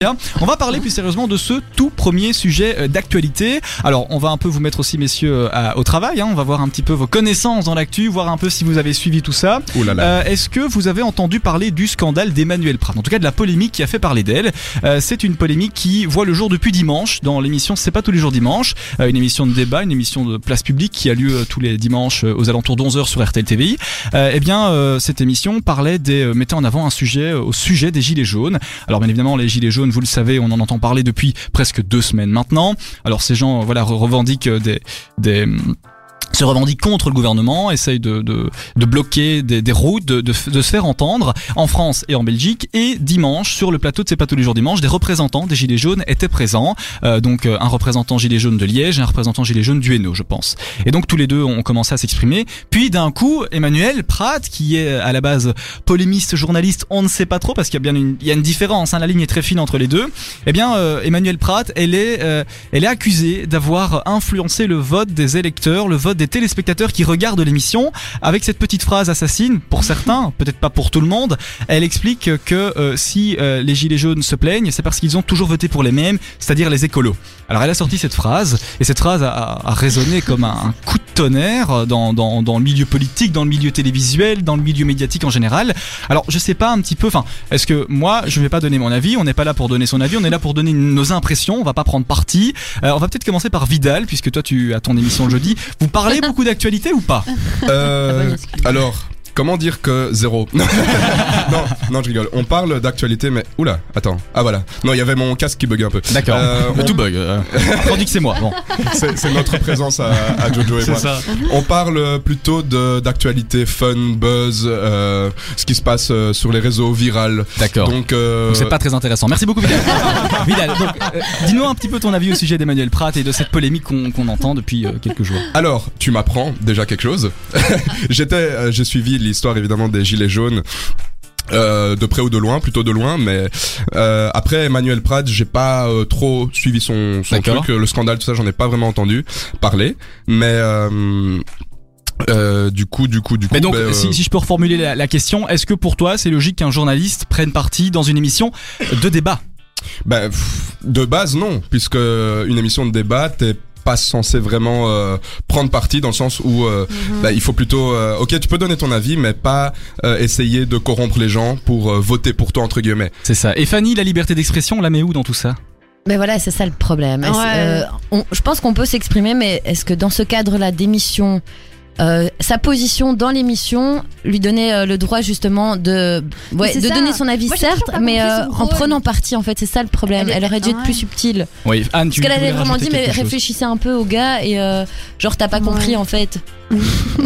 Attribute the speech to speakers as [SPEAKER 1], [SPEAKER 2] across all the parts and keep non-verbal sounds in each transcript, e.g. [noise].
[SPEAKER 1] bien. On va parler plus sérieusement de ce tout premier sujet euh, d'actualité. Alors, on va un peu vous mettre aussi, messieurs, à- au travail. hein. On va voir un petit peu vos connaissances dans l'actu, voir un peu si vous avez suivi tout ça.
[SPEAKER 2] Oh
[SPEAKER 3] [laughs]
[SPEAKER 2] là là.
[SPEAKER 1] Euh, Est-ce que vous avez entendu parler du scandale d'Emmanuel Pratt En tout cas, de la polémique qui a fait parler d'elle. Euh, c'est une polémique qui voit le jour depuis dimanche dans l'émission C'est pas tous les jours dimanche, euh, une émission de débat, une émission de place publique qui a lieu euh, tous les dimanches euh, aux alentours de 11h sur RTL TVI. Euh, eh bien, euh, cette émission parlait des, euh, mettait en avant un sujet euh, au sujet des gilets jaunes. Alors, bien évidemment, les gilets jaunes, vous le savez, on en entend parler depuis presque deux semaines maintenant. Alors, ces gens, euh, voilà, re- revendiquent euh, des, des hum, se revendiquent contre le gouvernement, essayent de, de, de bloquer des, des routes, de, de, f- de se faire entendre en France et en Belgique. Et dimanche, sur le plateau de C'est pas tous les jours dimanche, des représentants des Gilets jaunes étaient présents. Euh, donc euh, un représentant Gilets jaunes de Liège et un représentant Gilets jaunes du Hainaut, je pense. Et donc tous les deux ont commencé à s'exprimer. Puis d'un coup, Emmanuel Pratt, qui est à la base polémiste, journaliste, on ne sait pas trop, parce qu'il y a bien une, il y a une différence, hein, la ligne est très fine entre les deux. Eh bien, euh, Emmanuel Pratt, elle est, euh, elle est accusée d'avoir influencé le vote des électeurs, le vote des téléspectateurs qui regardent l'émission, avec cette petite phrase assassine, pour certains, peut-être pas pour tout le monde. Elle explique que euh, si euh, les Gilets jaunes se plaignent, c'est parce qu'ils ont toujours voté pour les mêmes, c'est-à-dire les écolos. Alors elle a sorti cette phrase, et cette phrase a, a- a résonné comme un, un coup de tonnerre dans, dans, dans le milieu politique, dans le milieu télévisuel, dans le milieu médiatique en général. Alors je sais pas un petit peu, enfin, est-ce que moi, je vais pas donner mon avis, on n'est pas là pour donner son avis, on est là pour donner nos impressions, on va pas prendre parti. Euh, on va peut-être commencer par Vidal, puisque toi tu as ton émission le jeudi. Vous parlez beaucoup d'actualité ou pas
[SPEAKER 2] Euh,
[SPEAKER 3] bonne excuse.
[SPEAKER 2] alors, comment dire que zéro [laughs] Non, non, je rigole. On parle d'actualité, mais oula, attends. Ah voilà. Non, il y avait mon casque qui bug un peu.
[SPEAKER 1] D'accord.
[SPEAKER 2] Euh, on-
[SPEAKER 1] Tout bug. euh. Tandis que c'est moi. Bon.
[SPEAKER 2] [laughs] C'est c'est notre présence à, à Jojo et moi. On parle plutôt de- d'actualité fun, buzz, euh, ce qui se passe euh, sur les réseaux virales.
[SPEAKER 1] D'accord.
[SPEAKER 2] Donc, euh,
[SPEAKER 1] Donc c'est pas très intéressant. Merci beaucoup Vidal. [laughs] Vidal, donc, euh, dis-nous un petit peu ton avis au sujet d'Emmanuel Pratt et de cette polémique qu'on qu'on entend depuis euh, quelques jours.
[SPEAKER 2] Alors, tu m'apprends déjà quelque chose. [laughs] J'étais, euh, j'ai suivi l'histoire évidemment des gilets jaunes. euh, de près ou de loin, plutôt de loin, mais euh, après Emmanuel Pratt, j'ai pas euh, trop suivi son, son
[SPEAKER 1] D'accord.
[SPEAKER 2] truc, euh, le scandale, tout ça, j'en ai pas vraiment entendu parler, mais euh, euh, du coup, du coup, du coup,
[SPEAKER 1] Mais donc,
[SPEAKER 2] ben, euh,
[SPEAKER 1] si, si je peux reformuler la, la question, est-ce que pour toi c'est logique qu'un journaliste prenne parti dans une émission de débat
[SPEAKER 2] ben, pff, de base non, puisque une émission de débat, t'es pas censé vraiment euh, prendre parti dans le sens où euh, bah, il faut plutôt euh, ok tu peux donner ton avis mais pas euh, essayer de corrompre les gens pour euh, voter pour toi entre guillemets
[SPEAKER 1] C'est ça. Et Fanny, la liberté d'expression, on la met où dans tout ça
[SPEAKER 3] Mais Ben voilà, c'est ça le problème. Est-ce-
[SPEAKER 4] Ouais.
[SPEAKER 3] euh, on- je pense qu'on peut s'exprimer, mais est-ce que dans ce cadre-là d'émission, euh, sa position dans l'émission lui donnait euh, le droit justement de, ouais,
[SPEAKER 4] c'est
[SPEAKER 3] de
[SPEAKER 4] ça.
[SPEAKER 3] donner son avis,
[SPEAKER 4] Moi, j'ai
[SPEAKER 3] certes,
[SPEAKER 4] toujours pas
[SPEAKER 3] mais
[SPEAKER 4] compris
[SPEAKER 3] euh,
[SPEAKER 4] son
[SPEAKER 3] en
[SPEAKER 4] rôle.
[SPEAKER 3] prenant parti, en fait, c'est ça le problème.
[SPEAKER 4] Elle
[SPEAKER 3] Elle,
[SPEAKER 4] est-
[SPEAKER 3] aurait dû être
[SPEAKER 4] ouais.
[SPEAKER 3] plus subtile.
[SPEAKER 1] Oui, Anne, tu
[SPEAKER 3] Parce qu'elle
[SPEAKER 1] tu
[SPEAKER 3] avait
[SPEAKER 1] voulais
[SPEAKER 3] vraiment
[SPEAKER 1] rajouter
[SPEAKER 3] dit, mais
[SPEAKER 1] quelque chose
[SPEAKER 3] réfléchissez un peu au gars et euh, genre t'as pas
[SPEAKER 4] Ouais.
[SPEAKER 3] compris en fait.
[SPEAKER 1] Ouais,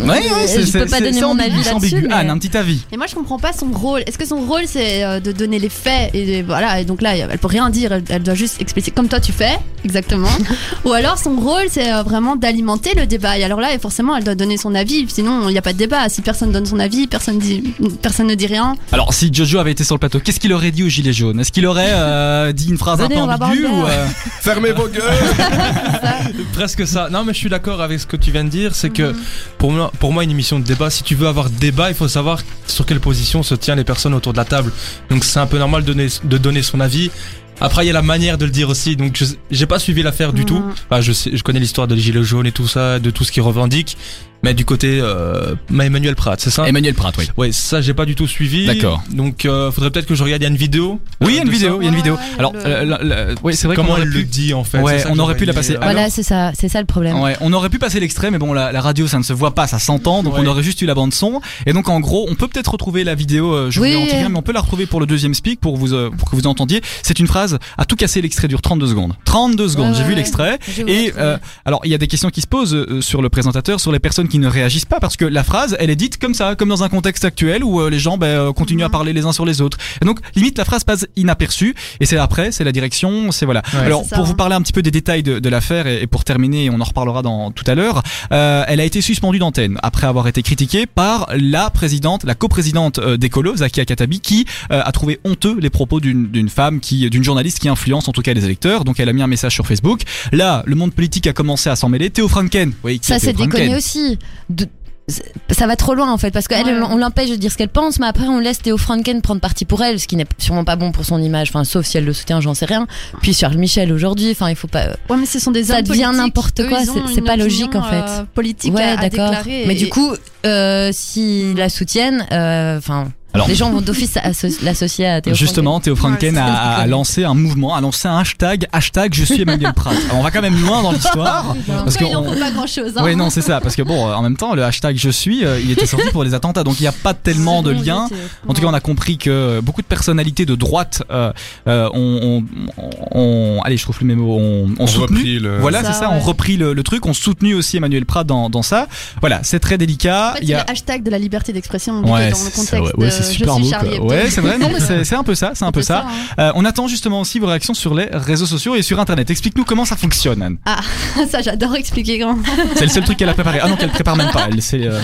[SPEAKER 1] ouais,
[SPEAKER 3] Je
[SPEAKER 1] c'est-
[SPEAKER 3] peux pas
[SPEAKER 1] c'est-
[SPEAKER 3] donner
[SPEAKER 1] c'est
[SPEAKER 3] mon
[SPEAKER 1] ambigu,
[SPEAKER 3] avis
[SPEAKER 1] c'est
[SPEAKER 3] là-dessus,
[SPEAKER 1] ambigu.
[SPEAKER 3] mais-
[SPEAKER 1] Anne, un petit avis.
[SPEAKER 4] Et moi, je comprends pas son rôle. Est-ce que son rôle, c'est euh, de donner les faits et voilà. Et donc là, elle peut rien dire. Elle, elle doit juste expliquer comme toi tu fais exactement. [laughs] Ou alors son rôle, c'est euh, vraiment d'alimenter le débat. Et alors là, et forcément, elle doit donner son avis. Sinon, il n'y a pas de débat. Si personne donne son avis, personne dit, personne ne dit rien.
[SPEAKER 1] Alors, si Jojo avait été sur le plateau, qu'est-ce qu'il aurait dit aux Gilets jaunes Est-ce qu'il aurait euh, dit une phrase
[SPEAKER 3] Venez, on
[SPEAKER 1] un peu
[SPEAKER 3] va boire
[SPEAKER 1] ambiguë
[SPEAKER 3] un
[SPEAKER 1] ou,
[SPEAKER 3] verre.
[SPEAKER 1] euh,
[SPEAKER 2] fermez vos gueules
[SPEAKER 5] Presque ça. Non, mais je suis d'accord avec ce que tu viens de dire. C'est
[SPEAKER 1] Mhm.
[SPEAKER 5] que pour moi, pour moi, une émission de débat, si tu veux avoir débat, il faut savoir sur quelle position se tiennent les personnes autour de la table. Donc c'est un peu normal de donner, de donner son avis. Après, il y a la manière de le dire aussi. Donc je- j'ai pas suivi l'affaire du
[SPEAKER 4] Mhm.
[SPEAKER 5] tout. Enfin, je, sais, je connais l'histoire de Gilets jaunes et tout ça, de tout ce qu'ils revendiquent. Mais du côté euh, Emmanuel Pratt, c'est ça
[SPEAKER 1] Emmanuel Pratt, oui.
[SPEAKER 5] Ouais, ça j'ai pas du tout suivi.
[SPEAKER 1] D'accord.
[SPEAKER 5] Donc euh, faudrait peut-être que je regarde. Il y a une vidéo. euh,
[SPEAKER 1] Oui, il y a une
[SPEAKER 5] de ça.
[SPEAKER 1] vidéo, il y a une
[SPEAKER 4] Ouais,
[SPEAKER 1] vidéo.
[SPEAKER 4] ouais,
[SPEAKER 1] Alors,
[SPEAKER 4] le-
[SPEAKER 1] euh, la- la- oui, c'est vrai qu'on
[SPEAKER 5] Comment
[SPEAKER 1] aurait
[SPEAKER 5] elle le
[SPEAKER 1] pu.
[SPEAKER 5] dit en fait
[SPEAKER 1] Ouais,
[SPEAKER 5] c'est ça
[SPEAKER 1] on
[SPEAKER 5] que
[SPEAKER 1] aurait pu la
[SPEAKER 5] j'aurais
[SPEAKER 1] passer.
[SPEAKER 5] aimé, euh,
[SPEAKER 1] Alors-
[SPEAKER 3] voilà, c'est ça, c'est ça le problème.
[SPEAKER 1] Ouais, on aurait pu passer l'extrait, mais bon, la, la radio, ça ne se voit pas, ça s'entend, donc on
[SPEAKER 5] Ouais.
[SPEAKER 1] aurait juste eu la bande son. Et donc, en gros, on peut peut-être retrouver la vidéo. euh, je vous
[SPEAKER 3] Oui.
[SPEAKER 1] garantis rien, mais on peut la retrouver pour le deuxième speak pour vous euh, pour que vous entendiez. C'est une phrase à tout casser. L'extrait dure 32 secondes. 32 secondes.
[SPEAKER 3] Ouais,
[SPEAKER 1] J'ai
[SPEAKER 3] ouais,
[SPEAKER 1] vu
[SPEAKER 3] ouais.
[SPEAKER 1] l'extrait.
[SPEAKER 3] Je vois
[SPEAKER 1] Et
[SPEAKER 3] très
[SPEAKER 1] euh,
[SPEAKER 3] bien.
[SPEAKER 1] alors, il y a des questions qui se posent euh, sur le présentateur, sur les personnes qui ne réagissent pas, parce que la phrase, elle est dite comme ça, comme dans un contexte actuel où euh, les gens ben, euh, continuent
[SPEAKER 4] Mhm.
[SPEAKER 1] à parler les uns sur les autres. Et donc, limite, la phrase passe inaperçue, et c'est après, c'est la direction, c'est voilà.
[SPEAKER 5] Ouais.
[SPEAKER 1] alors,
[SPEAKER 4] C'est ça,
[SPEAKER 1] pour
[SPEAKER 4] hein.
[SPEAKER 1] vous parler un petit peu des détails de, de l'affaire, et, et pour terminer, et on en reparlera dans, tout à l'heure, euh, elle a été suspendue d'antenne après avoir été critiquée par la présidente, la coprésidente euh, d'Ecolo, Zakia Katabi, qui euh, a trouvé honteux les propos d'une d'une femme qui, d'une journaliste qui influence en tout cas les électeurs. Donc, elle a mis un message sur Facebook. Là, le monde politique a commencé à s'en mêler. Théo Franken, oui, qui est
[SPEAKER 3] Ça,
[SPEAKER 1] Théo
[SPEAKER 3] c'est
[SPEAKER 1] Franken
[SPEAKER 3] déconné aussi. De- c'est- ça va trop loin en fait parce qu'elle
[SPEAKER 4] Ouais.
[SPEAKER 3] on l'empêche de dire ce qu'elle pense mais après on laisse Théo Franken prendre parti pour elle ce qui n'est sûrement pas bon pour son image enfin sauf si elle le soutient j'en sais rien puis Charles Michel aujourd'hui enfin il faut pas
[SPEAKER 4] Ouais, mais ce sont des
[SPEAKER 3] Ça
[SPEAKER 4] hommes
[SPEAKER 3] devient
[SPEAKER 4] politiques.
[SPEAKER 3] n'importe
[SPEAKER 4] Eux,
[SPEAKER 3] quoi,
[SPEAKER 4] ils ont
[SPEAKER 3] c'est- c'est
[SPEAKER 4] une
[SPEAKER 3] pas logique, en
[SPEAKER 4] opinion,
[SPEAKER 3] fait.
[SPEAKER 4] euh, politique
[SPEAKER 3] ouais
[SPEAKER 4] à, à
[SPEAKER 3] d'accord
[SPEAKER 4] déclarer.
[SPEAKER 3] mais
[SPEAKER 4] et-
[SPEAKER 3] du coup euh, s'ils la soutiennent euh, enfin
[SPEAKER 1] Alors-
[SPEAKER 3] les gens vont d'office asso- l'associer à Théo
[SPEAKER 1] Justement, Théo Franken
[SPEAKER 3] Ouais,
[SPEAKER 1] a,
[SPEAKER 3] c'est-
[SPEAKER 1] a lancé un mouvement, a lancé un hashtag, hashtag je suis Emmanuel
[SPEAKER 3] [laughs]
[SPEAKER 1] Pratt. Alors, on va quand même loin dans l'histoire.
[SPEAKER 3] Franken.
[SPEAKER 1] Parce
[SPEAKER 4] Parce
[SPEAKER 1] que
[SPEAKER 4] il en
[SPEAKER 1] on-
[SPEAKER 4] faut pas hein. grand chose.
[SPEAKER 1] Oui, non, c'est ça. Parce que bon, euh, en même temps, le hashtag je suis, euh, il était sorti pour les attentats. Donc il n'y a pas tellement de lien. En tout cas, on a compris que euh, beaucoup de personnalités de droite euh, euh, ont, ont- ont- allez, je trouve plus mes mots, ont, ont soutenu.
[SPEAKER 2] repris le.
[SPEAKER 1] Voilà,
[SPEAKER 4] Euh, Ça,
[SPEAKER 1] c'est ça,
[SPEAKER 4] ouais.
[SPEAKER 1] on repris le, le truc, on soutenu aussi Emmanuel Prat dans, dans ça. Voilà, c'est très délicat.
[SPEAKER 4] En fait,
[SPEAKER 1] Il y a-
[SPEAKER 4] le hashtag de la liberté d'expression donc,
[SPEAKER 1] Ouais,
[SPEAKER 4] dans le
[SPEAKER 1] c'est-
[SPEAKER 4] contexte
[SPEAKER 1] ouais, ouais, c'est
[SPEAKER 4] de
[SPEAKER 1] super
[SPEAKER 4] je
[SPEAKER 1] beau,
[SPEAKER 4] suis
[SPEAKER 1] quoi.
[SPEAKER 4] Charlie Hebdo.
[SPEAKER 1] Ouais, c'est vrai,
[SPEAKER 4] [laughs]
[SPEAKER 1] non, mais
[SPEAKER 4] C'est
[SPEAKER 1] c'est c'est un peu ça, c'est un peu ça.
[SPEAKER 4] hein.
[SPEAKER 1] Euh, on attend justement aussi vos réactions sur les réseaux sociaux et sur internet. Explique-nous comment ça fonctionne, Anne.
[SPEAKER 4] Ça, j'adore expliquer comment.
[SPEAKER 1] C'est le seul truc qu'elle a préparé. Ah non, qu'elle prépare même pas. Elle, c'est, euh,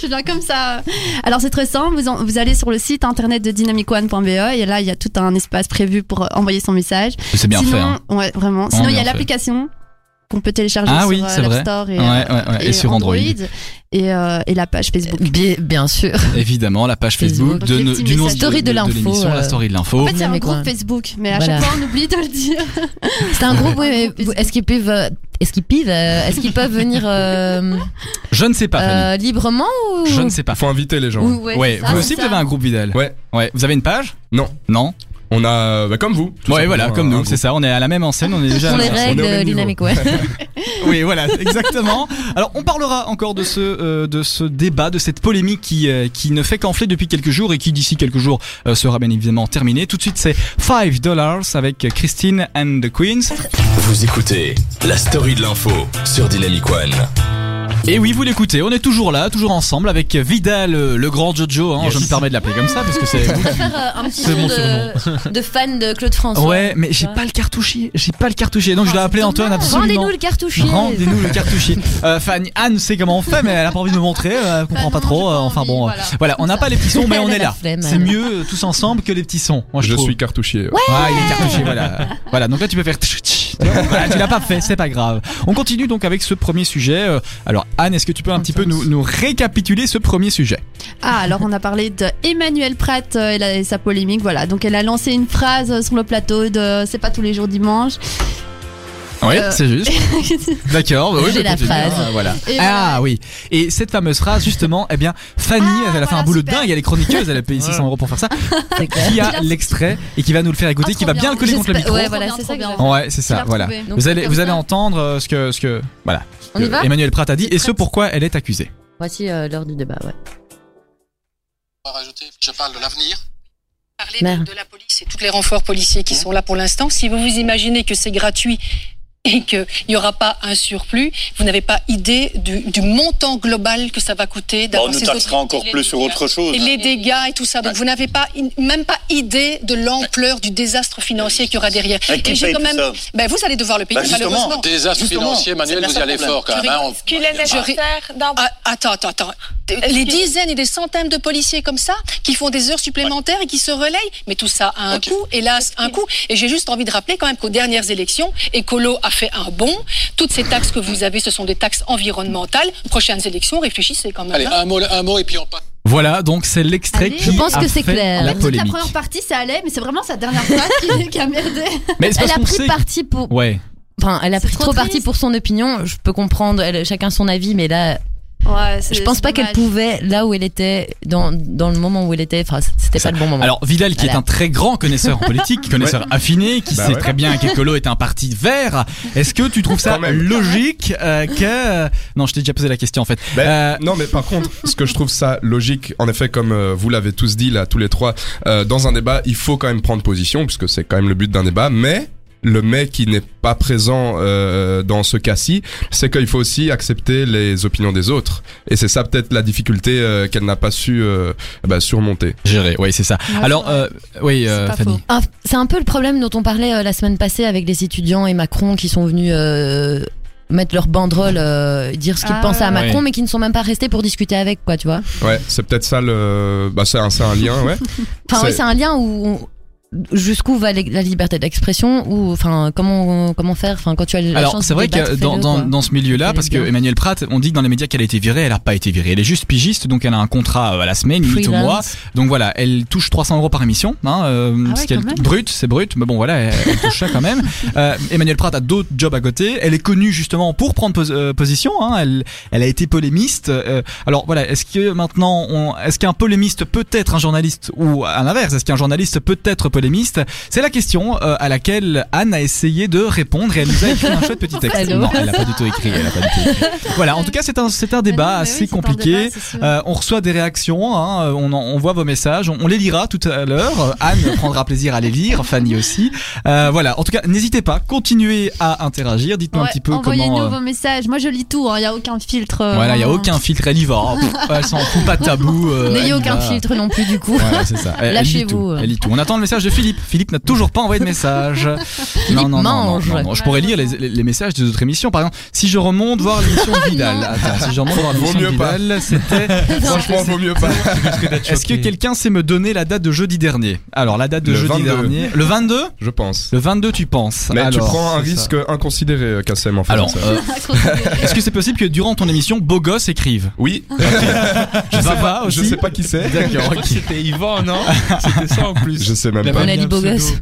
[SPEAKER 4] Je viens comme ça. Alors c'est très simple, vous, en- vous allez sur le site internet de dynamicone.be E et là il y a tout un espace prévu pour euh, envoyer son message.
[SPEAKER 1] c'est bien fait.
[SPEAKER 4] Sinon,
[SPEAKER 1] hein.
[SPEAKER 4] ouais, vraiment. Sinon il y
[SPEAKER 1] bien
[SPEAKER 4] a
[SPEAKER 1] fait.
[SPEAKER 4] l'application qu'on peut télécharger
[SPEAKER 1] Ah
[SPEAKER 4] sur
[SPEAKER 1] oui,
[SPEAKER 4] euh,
[SPEAKER 1] c'est
[SPEAKER 4] l'App
[SPEAKER 1] vrai.
[SPEAKER 4] Store et,
[SPEAKER 1] Ouais,
[SPEAKER 4] euh,
[SPEAKER 1] ouais, ouais, et sur Android.
[SPEAKER 4] et, euh, et la page Facebook.
[SPEAKER 3] bien, bien sûr
[SPEAKER 4] [laughs]
[SPEAKER 1] Évidemment, la page
[SPEAKER 3] Facebook,
[SPEAKER 1] Facebook, de,
[SPEAKER 4] les
[SPEAKER 1] no-
[SPEAKER 4] petits
[SPEAKER 1] du nom
[SPEAKER 4] messages.
[SPEAKER 3] Story de l'info,
[SPEAKER 1] l'émission,
[SPEAKER 3] euh.
[SPEAKER 1] la story de
[SPEAKER 4] En
[SPEAKER 1] l'info.
[SPEAKER 4] fait, c'est un
[SPEAKER 3] Dynamic
[SPEAKER 4] groupe
[SPEAKER 3] One.
[SPEAKER 4] Facebook, mais à
[SPEAKER 3] Voilà.
[SPEAKER 4] chaque fois on oublie de
[SPEAKER 1] [laughs]
[SPEAKER 4] le dire.
[SPEAKER 3] c'est un groupe oui, mais
[SPEAKER 4] groupe
[SPEAKER 3] vous- est-ce qu'ils peuvent euh, est-ce qu'ils peuvent euh, est-ce qu'ils peuvent venir euh,
[SPEAKER 1] Je ne sais [laughs] pas, Fanny.
[SPEAKER 3] euh, librement ou
[SPEAKER 1] Je ne sais pas.
[SPEAKER 2] Faut inviter les gens.
[SPEAKER 3] Ou- ouais,
[SPEAKER 1] ouais,
[SPEAKER 3] c'est ça.
[SPEAKER 1] vous aussi, vous avez un groupe Vidal.
[SPEAKER 2] Ouais.
[SPEAKER 1] Ouais. Vous avez une page
[SPEAKER 2] Non.
[SPEAKER 1] Non.
[SPEAKER 2] On a, euh, bah, comme vous. tout
[SPEAKER 1] Ouais,
[SPEAKER 2] simplement, hein. euh,
[SPEAKER 1] voilà, comme
[SPEAKER 2] un
[SPEAKER 1] nous,
[SPEAKER 2] groupe.
[SPEAKER 1] c'est ça. On est à la même enseigne, on est déjà. à
[SPEAKER 3] Pour
[SPEAKER 1] la
[SPEAKER 3] les
[SPEAKER 1] même enseigne.
[SPEAKER 2] au
[SPEAKER 3] règles
[SPEAKER 2] même niveau.
[SPEAKER 1] [laughs]
[SPEAKER 3] dynamiques, ouais.
[SPEAKER 1] Oui, voilà, [laughs] exactement. Alors, on parlera encore de ce, euh, de ce débat, de cette polémique qui, euh, qui ne fait qu'enfler depuis quelques jours et qui, d'ici quelques jours, euh, sera bien évidemment terminée. Tout de suite, c'est 5 dollars avec Christine and the Queens.
[SPEAKER 6] Vous écoutez la story de l'info sur Dynamic One.
[SPEAKER 1] Et oui, vous l'écoutez, on est toujours là, toujours ensemble avec Vidal, euh, le grand Jojo. Hein,
[SPEAKER 6] Yes.
[SPEAKER 1] Je me permets de l'appeler comme ça parce que
[SPEAKER 2] [laughs]
[SPEAKER 1] c'est.
[SPEAKER 3] Je préfère euh, un petit
[SPEAKER 1] C'est
[SPEAKER 3] son
[SPEAKER 1] mon
[SPEAKER 3] de, de fan de Claude François.
[SPEAKER 1] Ouais, mais j'ai
[SPEAKER 3] Ouais.
[SPEAKER 1] pas le cartouchier, j'ai pas le cartouchier. Donc, je dois appeler Antoine absolument.
[SPEAKER 3] Rendez-nous le cartouchier.
[SPEAKER 1] Rendez-nous le cartouchier. Euh, Fanny, Anne sait comment on fait, mais elle a pas envie de me montrer, euh, elle comprend
[SPEAKER 4] Bah
[SPEAKER 1] pas
[SPEAKER 4] non, j'ai
[SPEAKER 1] trop.
[SPEAKER 4] pas
[SPEAKER 1] euh, enfin
[SPEAKER 4] envie,
[SPEAKER 1] bon, euh,
[SPEAKER 4] voilà.
[SPEAKER 1] voilà, on n'a pas les petits sons, mais
[SPEAKER 3] Elle
[SPEAKER 1] on
[SPEAKER 3] a
[SPEAKER 1] est
[SPEAKER 3] la
[SPEAKER 1] là.
[SPEAKER 3] flemme,
[SPEAKER 1] C'est
[SPEAKER 3] elle.
[SPEAKER 1] mieux euh, tous ensemble que les petits sons. Moi je,
[SPEAKER 2] Je
[SPEAKER 1] trouve.
[SPEAKER 2] suis cartouchier.
[SPEAKER 1] Ah, il est cartouché, voilà. Voilà, donc là tu peux faire. tch, tch, tch. Voilà, tu l'as pas fait, c'est pas grave. On continue donc avec ce premier sujet. Euh, Alors Anne, est-ce que tu peux un petit peu nous, nous récapituler ce premier sujet
[SPEAKER 4] Ah, alors on a parlé de Emmanuel Pratt euh, et, la- et sa polémique, voilà. Donc elle a lancé une phrase euh, sur le plateau de euh, C'est pas tous les jours dimanche.
[SPEAKER 1] Oui,
[SPEAKER 4] Euh.
[SPEAKER 1] c'est
[SPEAKER 3] [laughs]
[SPEAKER 1] juste. D'accord, bah oui,
[SPEAKER 3] J'ai
[SPEAKER 1] bah,
[SPEAKER 3] la
[SPEAKER 1] continue,
[SPEAKER 3] phrase.
[SPEAKER 1] hein, Voilà.
[SPEAKER 4] Et
[SPEAKER 1] Ah oui. Et cette fameuse phrase, justement, eh bien, Fanny,
[SPEAKER 4] Ah,
[SPEAKER 1] elle a fait un
[SPEAKER 4] voilà,
[SPEAKER 1] boulot de
[SPEAKER 4] super.
[SPEAKER 1] dingue, elle est chroniqueuse, elle a payé 600 euros pour faire ça.
[SPEAKER 3] [laughs] C'est clair.
[SPEAKER 1] qui a l'extrait et qui va nous le faire écouter,
[SPEAKER 4] Ah,
[SPEAKER 1] qui va
[SPEAKER 4] trop
[SPEAKER 1] bien le coller contre le micro.
[SPEAKER 3] J'espère-
[SPEAKER 4] Trop
[SPEAKER 3] Ouais, voilà,
[SPEAKER 4] bien,
[SPEAKER 3] c'est
[SPEAKER 4] trop
[SPEAKER 3] ça que
[SPEAKER 4] bien.
[SPEAKER 3] j'ai-
[SPEAKER 1] Ouais, c'est ça,
[SPEAKER 4] l'as
[SPEAKER 1] voilà.
[SPEAKER 4] retrouvé.
[SPEAKER 3] Donc,
[SPEAKER 1] Vous
[SPEAKER 3] c'est
[SPEAKER 1] allez,
[SPEAKER 3] comme
[SPEAKER 1] vous allez
[SPEAKER 3] ça.
[SPEAKER 1] entendre euh, ce que, ce que, voilà, ce
[SPEAKER 3] On y
[SPEAKER 1] que
[SPEAKER 3] va
[SPEAKER 1] Emmanuel Pratt a dit
[SPEAKER 3] C'est
[SPEAKER 1] et ce
[SPEAKER 3] prête.
[SPEAKER 1] pourquoi elle est accusée.
[SPEAKER 3] Voici euh, l'heure du débat, ouais.
[SPEAKER 7] pas rajouter. Je parle de l'avenir.
[SPEAKER 8] parler
[SPEAKER 3] Merde.
[SPEAKER 8] de, de la police et tous les renforts policiers qui sont là pour l'instant. Si vous vous imaginez que c'est gratuit [laughs] et qu'il n'y aura pas un surplus, vous n'avez pas idée du, du montant global que ça va coûter
[SPEAKER 9] Bon, on
[SPEAKER 8] d'avoir
[SPEAKER 9] nous
[SPEAKER 8] ces
[SPEAKER 9] taxera
[SPEAKER 8] autres-
[SPEAKER 9] encore
[SPEAKER 8] les
[SPEAKER 9] plus
[SPEAKER 8] dégâts.
[SPEAKER 9] sur autre chose.
[SPEAKER 8] Et les dégâts et tout ça. Donc vous n'avez pas in- même pas idée de l'ampleur du désastre financier qu'il y aura derrière.
[SPEAKER 9] Hein, qui
[SPEAKER 8] Et j'ai
[SPEAKER 9] paye
[SPEAKER 8] quand
[SPEAKER 9] tout
[SPEAKER 8] même.
[SPEAKER 9] ça
[SPEAKER 8] Ben, vous allez devoir le payer
[SPEAKER 9] Ben, justement,
[SPEAKER 8] malheureusement.
[SPEAKER 7] Désastre
[SPEAKER 9] Justement,
[SPEAKER 7] financier, Manuel,
[SPEAKER 9] c'est bien
[SPEAKER 7] vous y
[SPEAKER 9] ça le
[SPEAKER 7] allez
[SPEAKER 9] problème.
[SPEAKER 7] fort quand
[SPEAKER 8] Je
[SPEAKER 7] même. hein.
[SPEAKER 8] rigole.
[SPEAKER 7] On-
[SPEAKER 8] Qu'il est nécessaire Ah, attends, attends, attends. Les dizaines et des centaines de policiers comme ça, qui font des heures supplémentaires et qui se relayent, mais tout ça a un coût, hélas, un coût. Et j'ai juste envie de rappeler quand même qu'aux dernières élections, Ecolo a fait un bond. Toutes ces taxes que vous avez, ce sont des taxes environnementales. Prochaines élections, réfléchissez quand même.
[SPEAKER 7] Allez,
[SPEAKER 8] hein.
[SPEAKER 7] un mot, un mot et puis on passe.
[SPEAKER 1] Voilà, donc c'est l'extrait
[SPEAKER 4] Allez.
[SPEAKER 1] qui
[SPEAKER 3] Je pense
[SPEAKER 1] a
[SPEAKER 3] que c'est
[SPEAKER 1] fait
[SPEAKER 3] clair.
[SPEAKER 1] la
[SPEAKER 4] Toute la
[SPEAKER 1] polémique.
[SPEAKER 4] première partie, ça allait, mais c'est vraiment sa dernière phrase
[SPEAKER 1] [laughs]
[SPEAKER 4] qui, qui a merdé.
[SPEAKER 1] Mais c'est
[SPEAKER 3] Elle
[SPEAKER 1] parce
[SPEAKER 3] a
[SPEAKER 1] qu'on
[SPEAKER 3] pris
[SPEAKER 1] sait-
[SPEAKER 3] parti pour.
[SPEAKER 1] Ouais.
[SPEAKER 3] Enfin, elle a
[SPEAKER 4] C'est
[SPEAKER 3] pris
[SPEAKER 4] trop
[SPEAKER 3] trop parti
[SPEAKER 4] triste.
[SPEAKER 3] pour son opinion. Je peux comprendre, elle- chacun son avis, mais là,
[SPEAKER 4] Ouais,
[SPEAKER 3] je pense pas qu'elle pouvait, là où elle était, dans, dans le moment où elle était, enfin, c'était
[SPEAKER 1] Ça.
[SPEAKER 3] pas le bon moment.
[SPEAKER 1] Alors Vidal, qui est
[SPEAKER 3] Voilà.
[SPEAKER 1] un très grand connaisseur en politique, connaisseur affiné, qui
[SPEAKER 2] Bah
[SPEAKER 1] sait
[SPEAKER 2] ouais.
[SPEAKER 1] très bien qu'Ecolo est un parti vert, est-ce que tu trouves ça
[SPEAKER 2] Quand même.
[SPEAKER 1] logique euh, que... Non, je t'ai déjà posé la question en fait.
[SPEAKER 2] Ben,
[SPEAKER 1] Euh,
[SPEAKER 2] Non, mais par contre, ce que je trouve ça logique, en effet, comme euh, vous l'avez tous dit là, tous les trois, euh, dans un débat, il faut quand même prendre position, puisque c'est quand même le but d'un débat, mais le mais qui n'est pas présent euh, dans ce cas-ci, c'est qu'il faut aussi accepter les opinions des autres. Et c'est ça peut-être la difficulté euh, qu'elle n'a pas su euh, bah, surmonter.
[SPEAKER 1] Gérer, oui, c'est ça.
[SPEAKER 4] Ah,
[SPEAKER 1] Alors, euh, oui, euh,
[SPEAKER 4] pas
[SPEAKER 1] Fanny.
[SPEAKER 4] faux.
[SPEAKER 3] Un- Ah, C'est un peu le problème dont on parlait euh, la semaine passée avec les étudiants et Macron qui sont venus euh, mettre leur banderole, euh, dire ce qu'ils
[SPEAKER 4] Ah,
[SPEAKER 3] pensaient à
[SPEAKER 1] ouais.
[SPEAKER 3] Macron, mais qui ne sont même pas restés pour discuter avec, quoi, tu vois.
[SPEAKER 2] Ouais, c'est peut-être ça le... Bah, c'est un, c'est un lien, ouais.
[SPEAKER 3] Enfin, oui,
[SPEAKER 2] C'est-
[SPEAKER 3] c'est un lien où on- jusqu'où va la liberté d'expression ou enfin comment comment faire enfin quand tu as la
[SPEAKER 1] Alors
[SPEAKER 3] chance
[SPEAKER 1] c'est
[SPEAKER 3] de
[SPEAKER 1] vrai que
[SPEAKER 3] débattre,
[SPEAKER 1] dans,
[SPEAKER 3] fais-le,
[SPEAKER 1] dans,
[SPEAKER 3] quoi.
[SPEAKER 1] dans ce milieu-là,
[SPEAKER 3] Fais-le
[SPEAKER 1] parce que
[SPEAKER 3] bien.
[SPEAKER 1] Emmanuel Pratt, on dit dans les médias qu'elle a été virée, elle a pas été virée. Elle est juste pigiste, donc elle a un contrat euh, à la semaine, limite au
[SPEAKER 3] Freelance.
[SPEAKER 1] mois. Donc voilà, elle touche 300 euros par émission, hein, euh,
[SPEAKER 4] Ah ouais,
[SPEAKER 1] ce qu'elle
[SPEAKER 4] quand même.
[SPEAKER 1] brut, c'est brut, mais bon voilà, elle,
[SPEAKER 3] [laughs]
[SPEAKER 1] elle touche ça quand même. Euh, Emmanuel Pratt a d'autres jobs à côté. Elle est connue justement pour prendre pos- euh, position. Hein, elle, elle a été polémiste. euh, alors voilà, est-ce que maintenant, on- est-ce qu'un polémiste peut être un journaliste ou à l'inverse, est-ce qu'un journaliste peut être polémiste C'est la question euh, à laquelle Anne a essayé de répondre et elle nous a écrit un chouette
[SPEAKER 4] [laughs]
[SPEAKER 1] petit texte.
[SPEAKER 3] Allô
[SPEAKER 1] Non, elle n'a pas du tout écrit. Elle a pas du tout écrit. Voilà, en tout cas, c'est un, c'est un débat
[SPEAKER 4] Ah non, mais oui,
[SPEAKER 1] assez
[SPEAKER 4] c'est un
[SPEAKER 1] compliqué.
[SPEAKER 4] débat, c'est sûr.
[SPEAKER 1] Euh, on reçoit des réactions, hein, euh, on, en- on voit vos messages, on, on les lira tout à l'heure. Euh, Anne prendra plaisir à les lire, Fanny aussi. Euh, voilà, en tout cas, n'hésitez pas, continuez à interagir, dites-nous un
[SPEAKER 4] Ouais,
[SPEAKER 1] petit peu
[SPEAKER 4] Envoyez-nous
[SPEAKER 1] comment... euh,
[SPEAKER 4] vos messages. Moi, je lis tout. Il n'y a aucun filtre. euh,
[SPEAKER 1] Voilà, il n'y a
[SPEAKER 4] vraiment.
[SPEAKER 1] aucun filtre, elle y va. hein. Pff, Elle s'en fout, pas de
[SPEAKER 3] [laughs]
[SPEAKER 1] tabou. euh, elle y
[SPEAKER 3] n'ayez aucun
[SPEAKER 1] va.
[SPEAKER 3] filtre non plus du [laughs] coup
[SPEAKER 1] Voilà, c'est ça. Elle- elle lit
[SPEAKER 3] Lâchez-vous.
[SPEAKER 1] tout, Elle lit tout. On attend le message de Philippe. Philippe n'a toujours pas envoyé de
[SPEAKER 3] [laughs]
[SPEAKER 1] message. non, non, non, non,
[SPEAKER 3] mange.
[SPEAKER 1] non, non. Je pourrais lire les, les- les messages des autres émissions. Par exemple, si je remonte voir l'émission
[SPEAKER 3] [laughs]
[SPEAKER 1] de Vidal. Attends, si je remonte voir l'émission de
[SPEAKER 2] mieux pas. [laughs]
[SPEAKER 1] Vidal, c'était.
[SPEAKER 2] Franchement, vaut mieux pas.
[SPEAKER 1] Est-ce que quelqu'un sait me donner la date de jeudi dernier Alors la date de
[SPEAKER 2] Le
[SPEAKER 1] jeudi
[SPEAKER 2] 22.
[SPEAKER 1] dernier, le 22
[SPEAKER 2] Je pense.
[SPEAKER 1] Le 22 tu penses
[SPEAKER 2] Mais tu
[SPEAKER 1] Alors,
[SPEAKER 2] prends un
[SPEAKER 1] c'est ça.
[SPEAKER 2] risque inconsidéré, euh, Kassem, en fait.
[SPEAKER 1] Alors,
[SPEAKER 2] Ça.
[SPEAKER 1] euh, est-ce que c'est possible que durant ton émission, beau gosse écrive [laughs]
[SPEAKER 2] Oui,
[SPEAKER 1] Ah Je sais pas,
[SPEAKER 2] [laughs] je
[SPEAKER 1] aussi
[SPEAKER 2] sais pas qui c'est.
[SPEAKER 1] D'accord,
[SPEAKER 5] crois que
[SPEAKER 1] ok.
[SPEAKER 5] c'était Yvan, non C'était ça
[SPEAKER 1] [laughs]
[SPEAKER 5] en plus.
[SPEAKER 2] Je sais même
[SPEAKER 5] La
[SPEAKER 2] pas.
[SPEAKER 3] on
[SPEAKER 2] Mais
[SPEAKER 3] a dit beau
[SPEAKER 5] pseudo.
[SPEAKER 3] gosse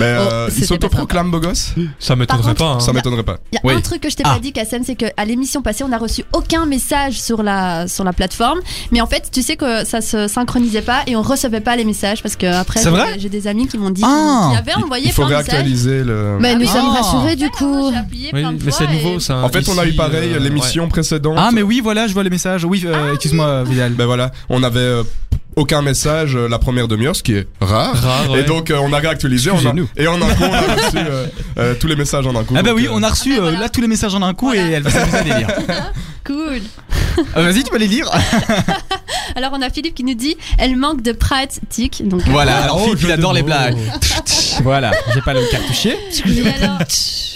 [SPEAKER 2] euh,
[SPEAKER 3] c'était
[SPEAKER 2] il s'autoproclame beau gosse
[SPEAKER 5] Ça
[SPEAKER 4] m'étonnerait
[SPEAKER 5] m'étonnerait
[SPEAKER 4] Par
[SPEAKER 5] pas. hein.
[SPEAKER 2] Ça m'étonnerait pas.
[SPEAKER 4] Il y a
[SPEAKER 1] Oui.
[SPEAKER 4] un truc que je t'ai
[SPEAKER 1] Ah.
[SPEAKER 4] pas dit, Kassem, c'est qu'à l'émission passée, on n'a reçu aucun message sur la, sur la plateforme. Mais en fait, tu sais que ça se synchronisait pas et on recevait pas les messages parce que après,
[SPEAKER 1] C'est
[SPEAKER 4] j'ai-
[SPEAKER 1] vrai
[SPEAKER 4] j'ai des amis qui m'ont dit
[SPEAKER 1] Ah.
[SPEAKER 4] qu'ils avaient envoyé
[SPEAKER 2] Il faut
[SPEAKER 4] plein de messages.
[SPEAKER 2] réactualiser le.
[SPEAKER 3] mais nous
[SPEAKER 4] Ah.
[SPEAKER 3] sommes rassurés du
[SPEAKER 4] Ouais, non,
[SPEAKER 3] coup
[SPEAKER 4] j'ai appuyé
[SPEAKER 5] Oui,
[SPEAKER 4] plein de
[SPEAKER 5] mais
[SPEAKER 4] fois
[SPEAKER 5] c'est
[SPEAKER 4] et-
[SPEAKER 5] nouveau ça.
[SPEAKER 2] En fait, on a eu
[SPEAKER 5] Ici,
[SPEAKER 2] pareil
[SPEAKER 5] euh,
[SPEAKER 2] l'émission précédente.
[SPEAKER 1] Ah mais oui, voilà, je vois les messages. Oui, euh, excuse-moi Vidal.
[SPEAKER 2] Ben voilà, on avait euh, aucun message euh, la première demi-heure, ce qui est
[SPEAKER 5] ouais.
[SPEAKER 2] rare.
[SPEAKER 5] Rare,
[SPEAKER 2] Et
[SPEAKER 5] ouais.
[SPEAKER 2] donc, euh, on a réactualisé. on a-
[SPEAKER 1] Excusez-nous.
[SPEAKER 2] et en un coup, on a reçu euh, euh, tous les messages en un coup.
[SPEAKER 1] Ah bah
[SPEAKER 2] donc,
[SPEAKER 1] oui,
[SPEAKER 2] euh,
[SPEAKER 1] on a reçu
[SPEAKER 4] Ah, ben
[SPEAKER 1] euh,
[SPEAKER 4] voilà.
[SPEAKER 1] là tous les messages en un coup et
[SPEAKER 4] Voilà.
[SPEAKER 1] elle va s'amuser à les [laughs] lire.
[SPEAKER 4] Cool.
[SPEAKER 1] Euh, Vas-y, tu peux les lire.
[SPEAKER 4] Alors, on a Philippe qui nous dit elle manque de pratique. Donc,
[SPEAKER 1] Voilà, alors
[SPEAKER 5] Oh,
[SPEAKER 1] Philippe,
[SPEAKER 5] jeu
[SPEAKER 1] il
[SPEAKER 5] de
[SPEAKER 1] adore les
[SPEAKER 5] mots.
[SPEAKER 1] blagues. [laughs] Tch, tch, voilà, j'ai pas le cartouché.
[SPEAKER 4] Et alors,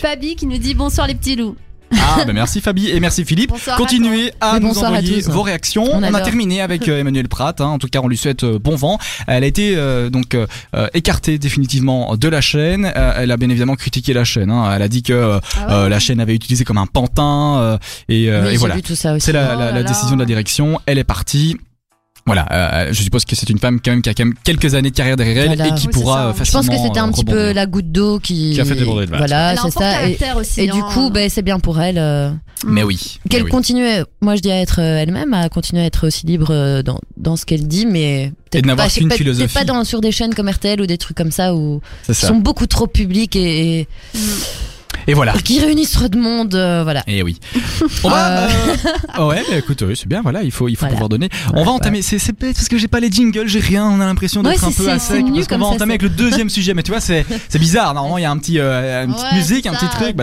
[SPEAKER 4] Fabi qui nous dit bonsoir les petits loups.
[SPEAKER 1] Ah bah merci Fabi et merci Philippe.
[SPEAKER 4] Bonsoir.
[SPEAKER 1] Continuez à
[SPEAKER 3] Mais
[SPEAKER 1] nous
[SPEAKER 3] bonsoir à
[SPEAKER 1] envoyer
[SPEAKER 3] tous, hein.
[SPEAKER 1] vos réactions.
[SPEAKER 3] On
[SPEAKER 1] On, a
[SPEAKER 3] adore.
[SPEAKER 1] terminé avec euh, Emmanuel Pratt. hein. En tout cas, on lui souhaite euh, bon vent. Elle a été euh, donc euh, euh, écartée définitivement de la chaîne. Euh, elle a bien évidemment critiqué la chaîne. hein. Elle a dit que euh,
[SPEAKER 4] Ah ouais.
[SPEAKER 1] euh, la chaîne avait utilisé comme un pantin euh, et, euh,
[SPEAKER 3] Oui,
[SPEAKER 1] et
[SPEAKER 3] j'ai
[SPEAKER 1] voilà.
[SPEAKER 3] vu tout ça aussi
[SPEAKER 1] C'est la,
[SPEAKER 4] Oh
[SPEAKER 1] la-
[SPEAKER 4] là
[SPEAKER 1] la
[SPEAKER 4] là.
[SPEAKER 1] décision de la direction. Elle est partie. Voilà, euh, je suppose que c'est une femme quand même qui a quand même quelques années de carrière derrière elle
[SPEAKER 3] Voilà.
[SPEAKER 1] et qui
[SPEAKER 4] Oui, c'est
[SPEAKER 1] pourra
[SPEAKER 4] ça.
[SPEAKER 1] euh,
[SPEAKER 3] je
[SPEAKER 1] facilement.
[SPEAKER 3] pense que c'était un
[SPEAKER 1] euh,
[SPEAKER 3] petit peu
[SPEAKER 1] rebondir.
[SPEAKER 3] la goutte d'eau qui,
[SPEAKER 1] Qui a fait déborder le vase.
[SPEAKER 3] voilà
[SPEAKER 4] Elle a un
[SPEAKER 3] c'est
[SPEAKER 4] fort
[SPEAKER 3] ça et,
[SPEAKER 4] caractère aussi,
[SPEAKER 3] et du
[SPEAKER 4] hein.
[SPEAKER 3] coup ben, c'est bien pour elle euh,
[SPEAKER 1] Mais oui. mais
[SPEAKER 3] qu'elle
[SPEAKER 1] Eh oui.
[SPEAKER 3] continue moi je dis à être euh, elle-même à continuer à être aussi libre euh, dans, dans ce qu'elle dit mais
[SPEAKER 1] Et de
[SPEAKER 3] peut-être
[SPEAKER 1] n'avoir
[SPEAKER 3] pas,
[SPEAKER 1] qu'une
[SPEAKER 3] peut-être
[SPEAKER 1] philosophie.
[SPEAKER 3] pas dans, sur des chaînes comme RTL ou des trucs comme ça où
[SPEAKER 1] C'est
[SPEAKER 3] qui
[SPEAKER 1] ça.
[SPEAKER 3] sont beaucoup trop publics et, et-
[SPEAKER 1] Et voilà.
[SPEAKER 3] qui réunissent trop de monde euh, voilà
[SPEAKER 1] Et
[SPEAKER 3] [laughs]
[SPEAKER 1] oui. On va. euh, ouais, mais écoute, oui, c'est bien. Voilà, il faut, il faut
[SPEAKER 3] Voilà.
[SPEAKER 1] pouvoir donner. on
[SPEAKER 3] Voilà,
[SPEAKER 1] va entamer. c'est- C'est bête parce que j'ai pas les jingles, j'ai rien. On a l'impression d'être
[SPEAKER 3] Ouais,
[SPEAKER 1] un
[SPEAKER 3] c'est-
[SPEAKER 1] peu
[SPEAKER 3] c'est-
[SPEAKER 1] à
[SPEAKER 3] c'est
[SPEAKER 1] sec
[SPEAKER 3] nul
[SPEAKER 1] parce qu'on
[SPEAKER 3] comme
[SPEAKER 1] va
[SPEAKER 3] ça,
[SPEAKER 1] entamer avec
[SPEAKER 3] c'est-
[SPEAKER 1] le deuxième sujet. Mais tu vois, c'est c'est bizarre. Normalement, il y a un petit, euh, une petite
[SPEAKER 4] Ouais,
[SPEAKER 1] musique,
[SPEAKER 4] c'est
[SPEAKER 1] un petit
[SPEAKER 4] ça.
[SPEAKER 1] truc. Bah